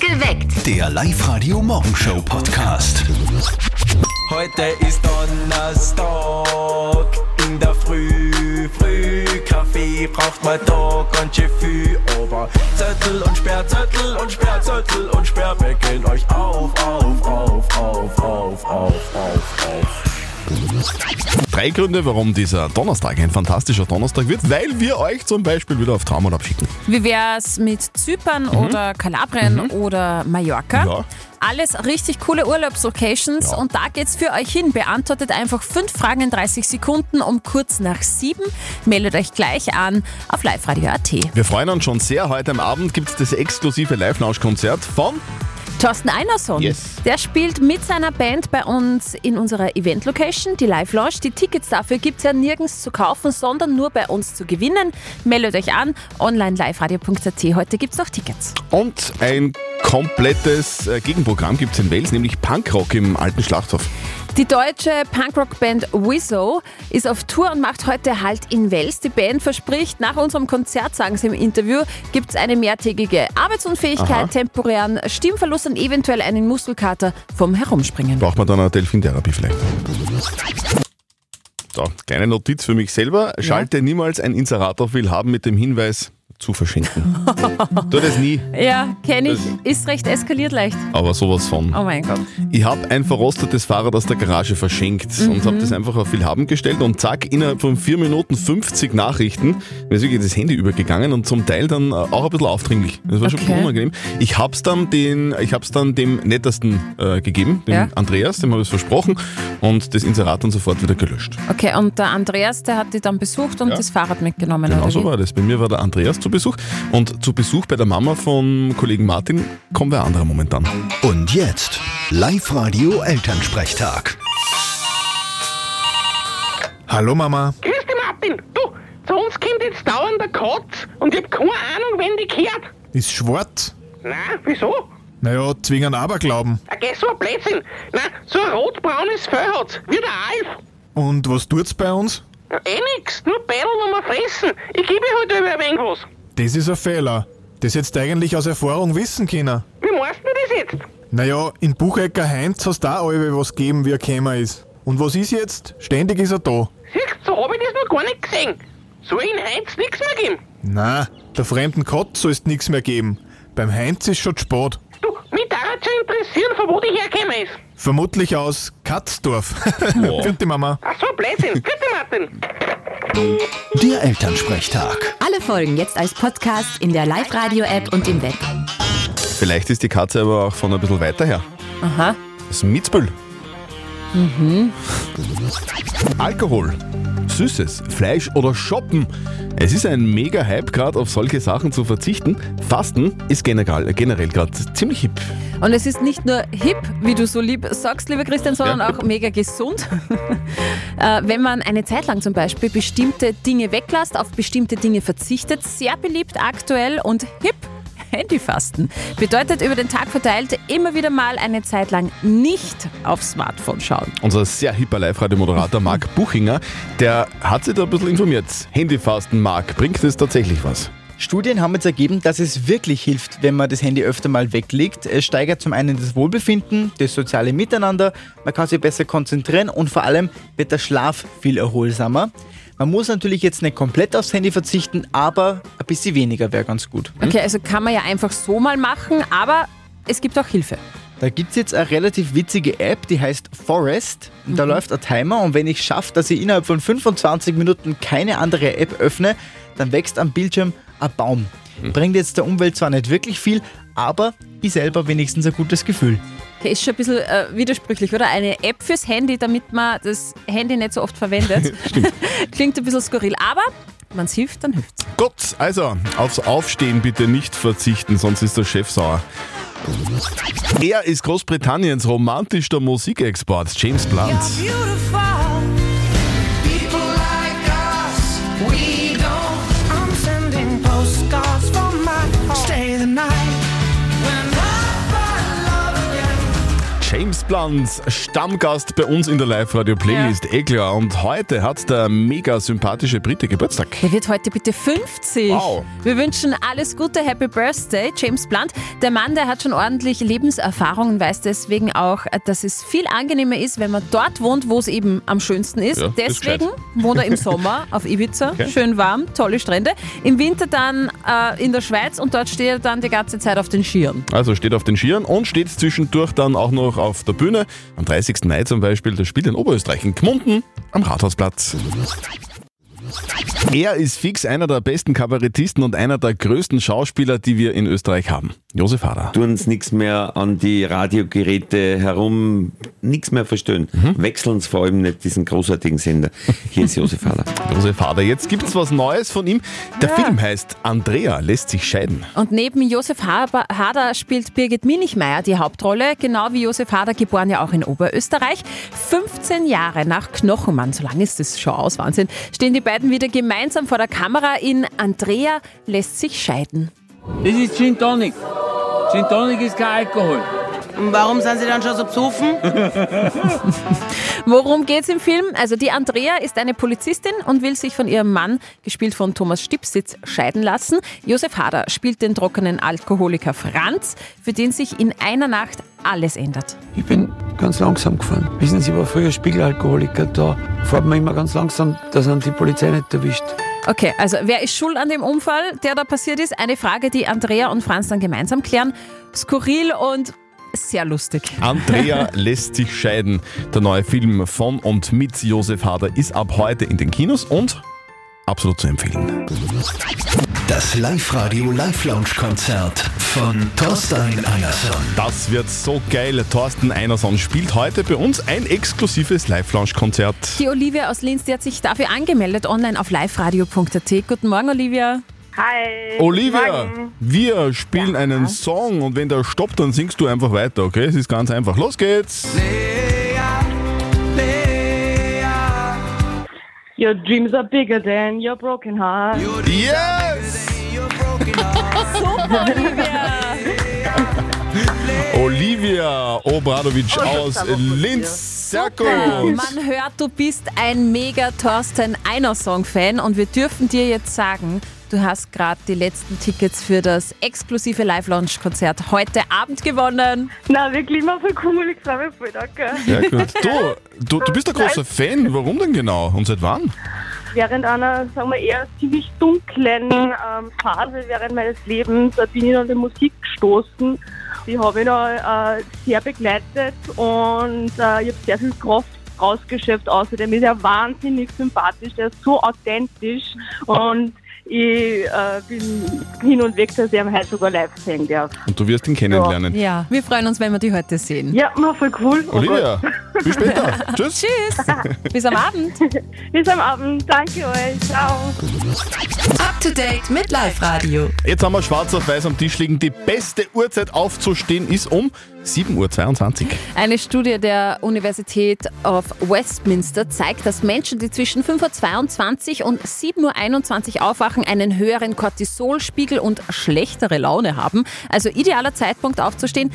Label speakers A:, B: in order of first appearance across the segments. A: Geweckt.
B: Der Live-Radio-Morgenshow-Podcast.
C: Heute ist Donnerstag in der Früh, früh Kaffee braucht man da ganz schön viel, aber Zettel und Sperrzettel und Sperrzettel und Sperr wickeln euch auf, auf, auf, auf, auf, auf, auf, auf.
D: Drei Gründe, warum dieser Donnerstag ein fantastischer Donnerstag wird, weil wir euch zum Beispiel wieder auf Traumurlaub schicken.
E: Wie wäre es mit Zypern oder Kalabrien oder Mallorca?
D: Mhm. Ja.
E: Alles richtig coole Urlaubslocations
D: Ja.
E: und da geht's für euch hin. Beantwortet einfach fünf Fragen in 30 Sekunden um kurz nach sieben. Meldet euch gleich an auf liveradio.at.
D: Wir freuen uns schon sehr. Heute am Abend gibt es das exklusive Live-Lounge-Konzert von
E: Thorsten Einerson,
D: Yes.
E: der spielt mit seiner Band bei uns in unserer Event-Location, die Live-Lounge. Die Tickets dafür gibt's ja nirgends zu kaufen, sondern nur bei uns zu gewinnen. Meldet euch an, online liveradio.at. Heute gibt's noch Tickets.
D: und ein komplettes äh, Gegenprogramm gibt es in Wales, nämlich Punkrock im alten Schlachthof.
E: Die deutsche Punkrock-Band Wizzo ist auf Tour und macht heute Halt in Wels. Die Band verspricht, nach unserem Konzert, sagen sie im Interview, gibt es eine mehrtägige Arbeitsunfähigkeit,
D: Aha.
E: temporären Stimmverlust und eventuell einen Muskelkater vom Herumspringen.
D: Braucht man dann eine Delfintherapie vielleicht. So, kleine Notiz für mich selber. Schalte niemals ein Inserat auf Will haben mit dem Hinweis zu verschenken. tu das nie,
E: Ja, kenne ich.
D: Das-
E: Ist recht eskaliert leicht.
D: aber sowas von.
E: Oh mein Gott.
D: Ich habe ein verrostetes Fahrrad aus der Garage verschenkt
E: Mhm.
D: und habe das einfach auf viel haben gestellt und zack, innerhalb von 4 Minuten 50 Nachrichten, mir ist wirklich das Handy übergegangen und zum Teil dann äh, auch ein bisschen aufdringlich. Das war schon ein bisschen
E: Okay.
D: unangenehm. Ich habe es dann, den- ich hab's dann dem nettesten äh, gegeben, dem
E: Ja.
D: Andreas, dem habe ich es versprochen und das Inserat dann sofort wieder gelöscht.
E: Okay, und der Andreas, der hat die dann besucht und
D: Ja.
E: das Fahrrad mitgenommen.
D: Genau
E: oder
D: so
E: wie?
D: war das. Bei mir war der Andreas zu Besuch und zu Besuch bei der Mama vom Kollegen Martin kommen wir andere momentan.
B: Und jetzt Live-Radio Elternsprechtag.
F: Hallo Mama.
G: Grüß dich, Martin. Du, zu uns kommt jetzt dauernd der Katz und ich hab keine Ahnung, wen die gehört.
F: Ist schwarz?
G: Nein, wieso?
F: Naja, zwingen Aberglauben.
G: Ah, geh, so ein Blödsinn. Nein, so ein rotbraunes Fell hat's, wie der Alf.
F: Und was tut's bei uns?
G: Ja, eh nix, nur Bädeln und mal fressen. Ich gebe halt über ein wenig was.
F: Das ist ein Fehler. Das hättest du eigentlich aus Erfahrung wissen können.
G: Wie meinst du das jetzt?
F: Naja, in Buchecker Heinz hast du auch alle was gegeben, wie er gekommen ist. Und was ist jetzt? Ständig ist er da.
G: Siehst du, so hab ich das noch gar nicht gesehen. Soll in Heinz nix mehr geben?
F: Na, der fremden Katz sollst nix mehr geben. Beim Heinz ist schon zu spät.
G: Du, mich darf schon interessieren, von wo die hergekommen ist.
F: Vermutlich aus Katzdorf.
D: Boah.
F: Für die Mama.
G: Ach so, ein Blödsinn. Grüß dich, Martin.
B: Der Elternsprechtag.
H: Alle Folgen jetzt als Podcast in der Live-Radio-App und im Web.
D: Vielleicht ist die Katze aber auch von ein bisschen weiter her.
E: Aha.
D: Das Mitzbüll. Alkohol, Süßes, Fleisch oder Shoppen. Es ist ein mega Hype, gerade auf solche Sachen zu verzichten. Fasten ist generell, generell gerade ziemlich hip.
E: Und es ist nicht nur hip, wie du so lieb sagst, lieber Christian, sondern
D: Ja.
E: auch mega gesund. Äh, Wenn man eine Zeit lang zum Beispiel bestimmte Dinge weglässt, auf bestimmte Dinge verzichtet, sehr beliebt aktuell und hip. Handyfasten bedeutet über den Tag verteilt immer wieder mal eine Zeit lang nicht aufs Smartphone schauen.
D: Unser sehr hipper Live-Radio-Moderator Marc Buchinger, der hat sich da ein bisschen informiert. Handyfasten, Marc, bringt es tatsächlich was?
I: Studien haben jetzt ergeben, dass es wirklich hilft, wenn man das Handy öfter mal weglegt. Es steigert zum einen das Wohlbefinden, das soziale Miteinander, man kann sich besser konzentrieren und vor allem wird der Schlaf viel erholsamer. Man muss natürlich jetzt nicht komplett aufs Handy verzichten, aber ein bisschen weniger wäre ganz gut.
E: Okay, also kann man ja einfach so mal machen, aber es gibt auch Hilfe.
I: Da gibt es jetzt eine relativ witzige App, die heißt Forest. Und da läuft ein Timer und wenn ich schaffe, dass ich innerhalb von 25 Minuten keine andere App öffne, dann wächst am Bildschirm ein Baum. Bringt jetzt der Umwelt zwar nicht wirklich viel, aber ich selber wenigstens ein gutes Gefühl.
E: Okay, ist schon ein bisschen äh, widersprüchlich, oder? Eine App fürs Handy, damit man das Handy nicht so oft verwendet. Klingt ein bisschen skurril, aber man hilft, dann hilft's.
D: Gut, also aufs Aufstehen bitte nicht verzichten, sonst ist der Chef sauer. Er ist Großbritanniens romantischster Musikexport, James Blunt. James Blunt, Stammgast bei uns in der Live-Radio-Playlist. Eh klar. Und heute hat der mega sympathische Brite Geburtstag.
E: Der wird heute bitte 50.
D: Wow.
E: Wir wünschen alles Gute, Happy Birthday, James Blunt. Der Mann, der hat schon ordentlich Lebenserfahrung und weiß deswegen auch, dass es viel angenehmer ist, wenn man dort wohnt, wo es eben am schönsten ist.
D: Ja, ist
E: deswegen
D: gescheit.
E: wohnt er im Sommer auf Ibiza, schön warm, tolle Strände. Im Winter dann äh, in der Schweiz und dort steht er dann die ganze Zeit auf den Skiern.
D: Also steht auf den Skiern und steht zwischendurch dann auch noch auf der Bühne. Am 30. Mai zum Beispiel, das spielt in Oberösterreich in Gmunden am Rathausplatz. Er ist fix einer der besten Kabarettisten und einer der größten Schauspieler, die wir in Österreich haben. Josef Hader.
A: tun uns nichts mehr an die Radiogeräte herum, nichts mehr verstehen.
J: Mhm.
A: Wechseln uns vor allem nicht diesen großartigen Sender. Hier ist Josef Haller.
D: Josef Hader, jetzt gibt's was Neues von ihm. Der Film heißt Andrea lässt sich scheiden.
E: Und neben Josef Haber- Hader spielt Birgit Minichmeier die Hauptrolle, genau wie Josef Hader, geboren ja auch in Oberösterreich. 15 Jahre nach Knochenmann, so lange ist das schon aus, Wahnsinn, stehen die beiden wieder gemeinsam vor der Kamera in Andrea lässt sich scheiden.
J: Das ist Gin Tonic. Gin Tonic ist kein Alkohol.
G: Warum sind Sie dann schon so psoffen?
E: Worum geht's im Film? Also die Andrea ist eine Polizistin und will sich von ihrem Mann, gespielt von Thomas Stipsitz, scheiden lassen. Josef Hader spielt den trockenen Alkoholiker Franz, für den sich in einer Nacht alles ändert.
J: Ich bin ganz langsam gefahren. Wissen Sie, ich war früher Spiegelalkoholiker. Da fährt man immer ganz langsam, dass man die Polizei nicht erwischt.
E: Okay, also wer ist schuld an dem Unfall, der da passiert ist? Eine Frage, die Andrea und Franz dann gemeinsam klären. Skurril und sehr lustig.
D: Andrea lässt sich scheiden. Der neue Film von und mit Josef Hader ist ab heute in den Kinos und absolut zu empfehlen.
B: Das Live-Radio Live-Lounge-Konzert von Thorstein Anderson.
D: Das wird so geil. Thorsten Einerson spielt heute bei uns ein exklusives Live-Lounge-Konzert.
E: Die Olivia aus Linz, die hat sich dafür angemeldet, online auf liveradio.at. Guten Morgen, Olivia.
G: Hi.
D: Olivia, wir spielen einen Song und wenn der stoppt, dann singst du einfach weiter, okay? Es ist ganz einfach. Los geht's!
G: Your dreams are bigger than your broken heart.
D: Yes! Olivia
G: Oh,
D: Obradovic aus Linz. Sehr gut!
E: Man hört, du bist ein mega Thorsten Einerson-Fan und wir dürfen dir jetzt sagen, du hast gerade die letzten Tickets für das exklusive Live-Launch-Konzert heute Abend gewonnen.
G: Na, wirklich mal voll cool. Ich sage voll danke.
D: Sehr gut. Du, du, du bist ein großer Fan. Warum denn genau? Und seit wann?
G: Während einer, sagen wir, eher ziemlich dunklen ähm, Phase während meines Lebens äh, bin ich an die Musik gestoßen. Die habe ich noch äh, sehr begleitet und äh, ich habe sehr viel Kraft rausgeschöpft. Außerdem ist er wahnsinnig sympathisch, er ist so authentisch und ich äh, bin hin und weg, dass ich am Heiß sogar live sehen darf.
D: Und du wirst ihn kennenlernen.
E: Ja, wir freuen uns, wenn wir die heute sehen.
G: Ja, na, voll cool. Oh Gott.
D: Olivia, bis später. Tschüss.
E: Tschüss, bis am Abend.
G: Bis am Abend. Danke euch. Ciao.
H: Up to date mit Live-Radio.
D: Jetzt haben wir schwarz auf weiß am Tisch liegen. Die beste Uhrzeit aufzustehen ist um 7.22 Uhr.
E: Eine Studie der Universität of Westminster zeigt, dass Menschen, die zwischen 5.22 Uhr und 7.21 Uhr aufwachen, einen höheren Cortisolspiegel und schlechtere Laune haben. Also idealer Zeitpunkt aufzustehen,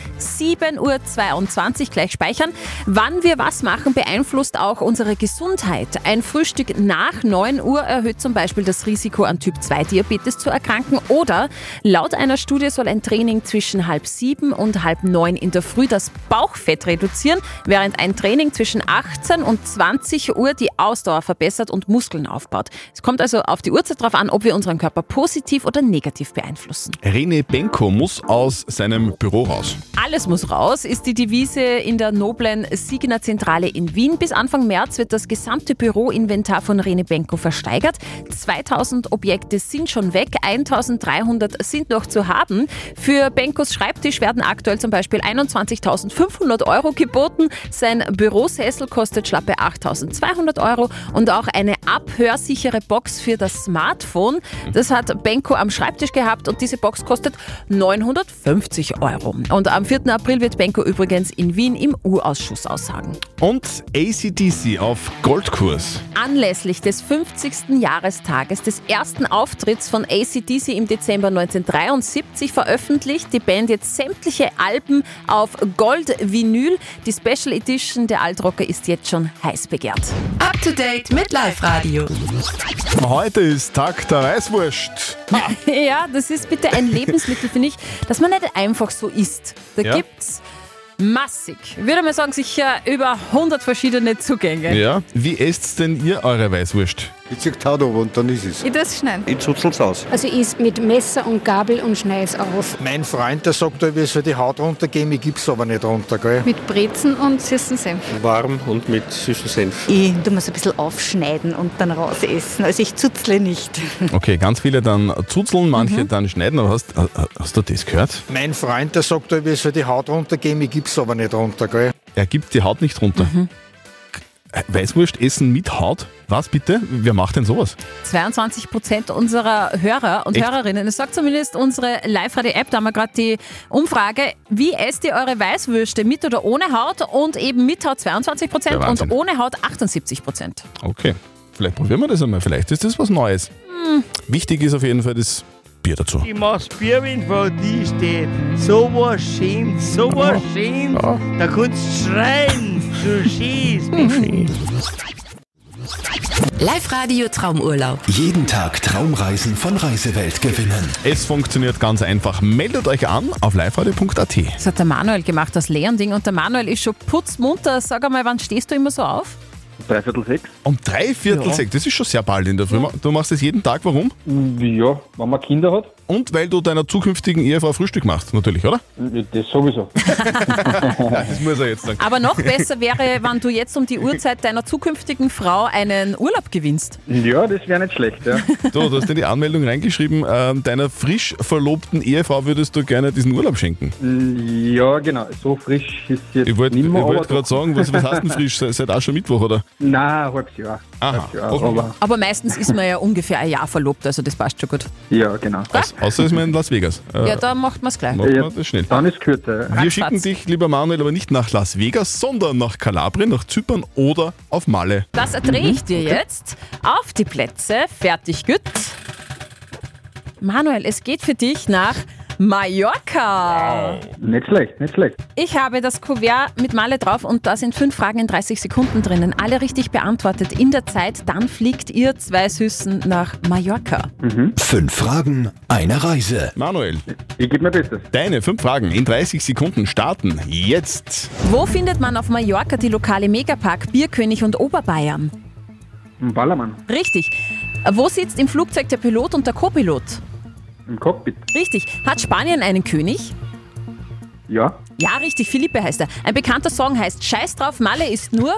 E: 7.22 Uhr gleich speichern. Wann wir was machen, beeinflusst auch unsere Gesundheit. Ein Frühstück nach 9 Uhr erhöht zum Beispiel das Risiko an Typ-2-Diabetes zu erkranken oder laut einer Studie soll ein Training zwischen halb sieben und halb neun in der Früh das Bauchfett reduzieren, während ein Training zwischen 18 und 20 Uhr die Ausdauer verbessert und Muskeln aufbaut. Es kommt also auf die Uhrzeit drauf an, ob wir unseren Körper positiv oder negativ beeinflussen.
D: René Benko muss aus seinem Büro raus.
E: Alles muss raus, ist die Devise in der noblen Signa Zentrale in Wien. Bis Anfang März wird das gesamte Büroinventar von Rene Benko versteigert. 2000 Objekte sind schon weg, 1300 sind noch zu haben. Für Benkos Schreibtisch werden aktuell zum Beispiel 21.500 Euro geboten. Sein Bürosessel kostet schlappe 8.200 Euro und auch eine abhörsichere Box für das Smartphone. Das hat Benko am Schreibtisch gehabt und diese Box kostet 950 Euro. Und am 4. April wird Benko übrigens in Wien im U-Ausschuss aussagen. sagen.
D: Und ACDC auf Goldkurs.
E: Anlässlich des 50. Jahrestages des ersten Auftritts von ACDC im Dezember 1973 veröffentlicht die Band jetzt sämtliche Alben auf Gold-Vinyl. Die Special Edition der Altrocker ist jetzt schon heiß begehrt.
H: Up to date mit Live Radio.
D: Heute ist Tag der Weißwurst.
E: Ja, das ist bitte ein Lebensmittel, finde ich, dass man nicht einfach so isst. Da
D: Ja.
E: gibt's massig, würde man sagen, sicher über 100 verschiedene Zugänge.
D: Ja. Wie esst's denn ihr eure Weißwurst?
K: Ich zieh Haut ab und dann ist es.
L: Ich das schneiden.
K: Ich zutzel's aus.
L: Also ich mit Messer und Gabel und schneid's auf.
K: Mein Freund, der sagt, ich soll die Haut runtergeben, ich gib's aber nicht runter, gell?
L: Mit Brezen und süßen Senf.
K: Warm und mit süßen Senf.
M: Ich tu mir so ein bisschen aufschneiden und dann rausessen. Also ich zuzle nicht. Mhm.
D: Okay, ganz viele dann zuzeln, manche dann schneiden, aber hast, hast du das gehört?
K: Mein Freund, der sagt, ich soll die Haut runtergeben, ich gib's aber nicht runter, gell?
D: Er gibt die Haut nicht runter.
M: Mhm.
D: Weißwurst essen mit Haut? Was bitte? Wer macht denn sowas?
E: 22 Prozent unserer Hörer und
D: Echt?
E: Hörerinnen, das sagt zumindest unsere Live-Radio-App, da haben wir gerade die Umfrage, wie esst ihr eure Weißwürste, mit oder ohne Haut? Und eben mit Haut 22 Prozent
D: Der Wahnsinn.
E: und ohne Haut 78 Prozent.
D: Okay, vielleicht probieren wir das einmal. Vielleicht ist das was Neues. Wichtig ist auf jeden Fall das Bier dazu.
N: Ich mach's Bier, wenn vor dir steht. So was schämt, so was schämt. Da kannst du schreien, du schießt.
H: Live Radio Traumurlaub.
B: Jeden Tag Traumreisen von Reisewelt gewinnen.
D: Es funktioniert ganz einfach. Meldet euch an auf liveradio.at.
E: Das hat der Manuel gemacht aus Leonding und der Manuel ist schon putzmunter. Sag einmal, wann stehst du immer so auf?
O: Dreiviertel sechs.
D: Um drei Viertel
O: Ja.
D: sechs, das ist schon sehr bald in der Früh. Du machst das jeden Tag, warum? Ja, wenn man Kinder hat. Und weil du deiner zukünftigen Ehefrau Frühstück machst, natürlich, oder? Das sowieso. das muss er jetzt sagen.
E: Aber noch besser wäre, wenn du jetzt um die Uhrzeit deiner zukünftigen Frau einen Urlaub gewinnst.
D: Ja, das wäre nicht schlecht, ja. Du, du hast in die Anmeldung reingeschrieben, ähm, deiner frisch verlobten Ehefrau würdest du gerne diesen Urlaub schenken.
O: Ja, genau. So frisch ist jetzt
D: Ich wollte
O: nimmer, aber
D: wollt gerade
O: doch.
D: sagen, was, was heißt denn frisch? Se- Seit auch schon Mittwoch, oder?
O: Nein, halbes Jahr.
D: Aha,
O: Halbes Jahr,
D: okay.
O: aber,
E: Aber meistens ist man ja ungefähr ein Jahr verlobt, also das passt schon gut.
O: ja, genau.
D: Außer ist man in Las Vegas. Äh,
E: Ja, da macht man es gleich.
D: Machen wir das schnell. Dann ist kürzer. Wir
E: Ratzfatz.
D: schicken dich, lieber Manuel, aber nicht nach Las Vegas, sondern nach Kalabrien, nach Zypern oder auf Malle.
E: Das drehe ich dir jetzt. Auf die Plätze. Fertig, gut. Manuel, es geht für dich nach Mallorca.
O: Nicht schlecht, nicht schlecht.
E: Ich habe das Kuvert mit Male drauf und da sind fünf Fragen in 30 Sekunden drinnen. Alle richtig beantwortet in der Zeit. Dann fliegt ihr zwei Süßen nach Mallorca.
B: Fünf Fragen, eine Reise.
D: Manuel. Ich gebe mir Bestes. Deine fünf Fragen in 30 Sekunden starten jetzt.
E: Wo findet man auf Mallorca die Lokale Megapark, Bierkönig und Oberbayern?
O: Im Ballermann,
E: Richtig. Wo sitzt im Flugzeug der Pilot und der Copilot?
O: im Cockpit.
E: Richtig. Hat Spanien einen König?
O: Ja,
E: Ja, richtig, Philippe heißt er. Ein bekannter Song heißt Scheiß drauf, Malle ist nur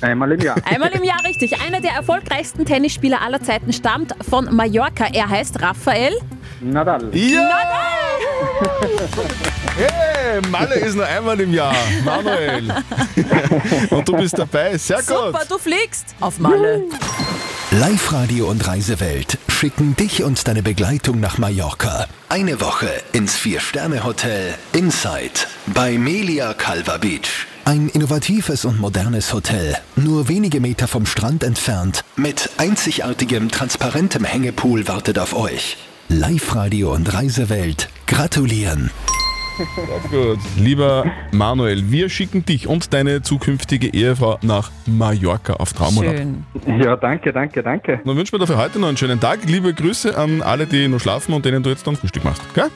O: einmal im Jahr.
E: einmal im Jahr richtig. Einer der erfolgreichsten Tennisspieler aller Zeiten stammt von Mallorca. Er heißt Rafael.
O: Nadal.
D: Hey, Malle ist nur einmal im Jahr. Manuel. Und du bist dabei. Sehr gut.
E: Super, du fliegst auf Malle.
B: Live-Radio und Reisewelt schicken dich und deine Begleitung nach Mallorca. Eine Woche ins Vier-Sterne-Hotel Inside bei Melia Calva Beach. Ein innovatives und modernes Hotel, nur wenige Meter vom Strand entfernt, mit einzigartigem, transparentem Hängepool wartet auf euch. Live-Radio und Reisewelt gratulieren.
D: Gut. Lieber Manuel, wir schicken dich und deine zukünftige Ehefrau nach Mallorca auf Traumurlaub.
E: Schön.
D: Ja, danke, danke, danke. Dann wünschen wir dir für heute noch einen schönen Tag. Liebe Grüße an alle, die noch schlafen und denen du jetzt dann Frühstück machst. Gell?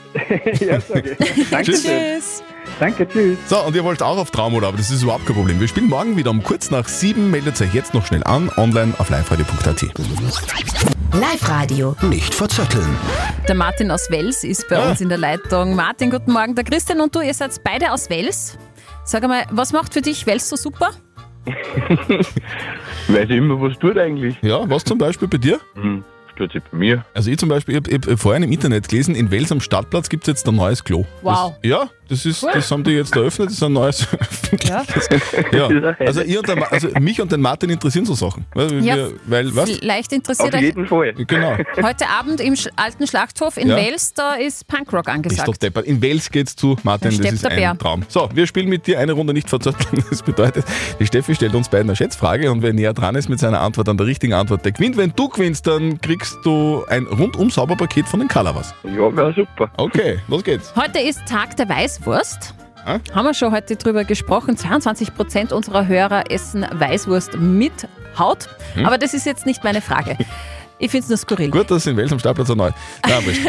O: ja, sage ich. Danke.
E: Tschüss.
O: Danke, tschüss.
D: So, und ihr wollt auch auf Traumurlaub, das ist überhaupt kein Problem. Wir spielen morgen wieder um kurz nach sieben. Meldet euch jetzt noch schnell an, online auf liveradio.at.
E: Live Radio.
B: Nicht verzetteln.
E: Der Martin aus Wels ist bei uns in der Leitung. Martin, guten Morgen. Der Christian und du, ihr seid beide aus Wels. Sag einmal, was macht für dich Wels so super?
D: Weiß ich immer, was tut eigentlich. Ja, was zum Beispiel bei dir?
P: tut sich bei mir.
D: Also ich zum Beispiel, ich habe hab vorhin im Internet gelesen, in Wels am Stadtplatz gibt es jetzt ein neues Klo.
E: Wow.
D: Das, ja, das ist,
E: Cool.
D: das haben die jetzt eröffnet, das ist ein neues.
E: Ja.
D: ja. Also, ich und der, Ma- also mich und den Martin interessieren so Sachen. Weil, wir-
E: Ja,
D: weil was?
E: Vielleicht interessiert euch.
D: Fall. Genau.
E: Heute Abend im Sch alten Schlachthof in
D: Ja.
E: Wels, da ist Punkrock
D: Bist doch
E: angesagt.
D: deppert. In Wels geht's zu,
E: Da
D: Martin, das
E: steppt
D: ist
E: der
D: ein
E: Bär.
D: Traum. So, wir spielen mit dir eine Runde nicht verzötteln. Das bedeutet, die Steffi stellt uns beiden eine Schätzfrage und wer näher dran ist mit seiner Antwort an der richtigen Antwort, der gewinnt. Wenn du gewinnst, dann kriegst du ein rundum sauber Paket von den Calavas.
P: Ja, wäre super.
D: Okay, los geht's.
E: Heute ist Tag der Weißwurst.
D: Ja.
E: Haben wir schon heute drüber gesprochen. 22% unserer Hörer essen Weißwurst mit Haut.
D: Hm.
E: Aber das ist jetzt nicht meine Frage. Ich finde es nur skurril.
D: Gut, dass in Wels am Startplatz neu. Nein, wurscht.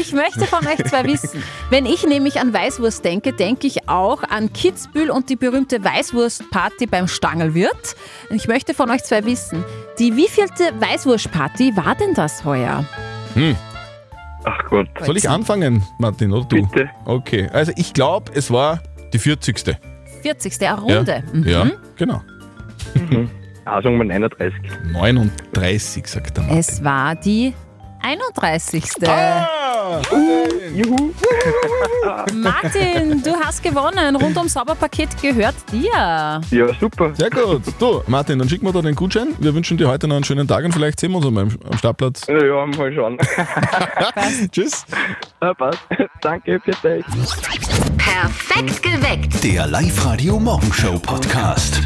E: ich möchte von euch zwei wissen. Wenn ich nämlich an Weißwurst denke, denke ich auch an Kitzbühel und die berühmte Weißwurstparty beim Stangelwirt. Und Ich möchte von euch zwei wissen, die wievielte Weißwurstparty war denn das heuer?
D: Hm.
P: Ach Gott.
D: Soll ich anfangen, Martin, oder du? Bitte. Okay, also ich glaube, es war die 40.
E: 40. Runde. mhm.
D: Ja, ja genau.
P: Ah, sagen wir 39.
D: 39, sagt er.
E: Es war die 31.
P: Juhu.
E: Martin, du hast gewonnen. Rund ums Sauberpaket gehört dir.
P: Ja, super.
D: Sehr gut. Du, Martin, dann schick mir da den Gutschein. Wir wünschen dir heute noch einen schönen Tag und vielleicht sehen wir uns einmal am- am Startplatz.
P: Ja, ja, mal schauen.
D: Tschüss.
P: Ja, passt. Danke für dich.
H: Perfekt geweckt.
B: Der Live-Radio Morgenshow Podcast.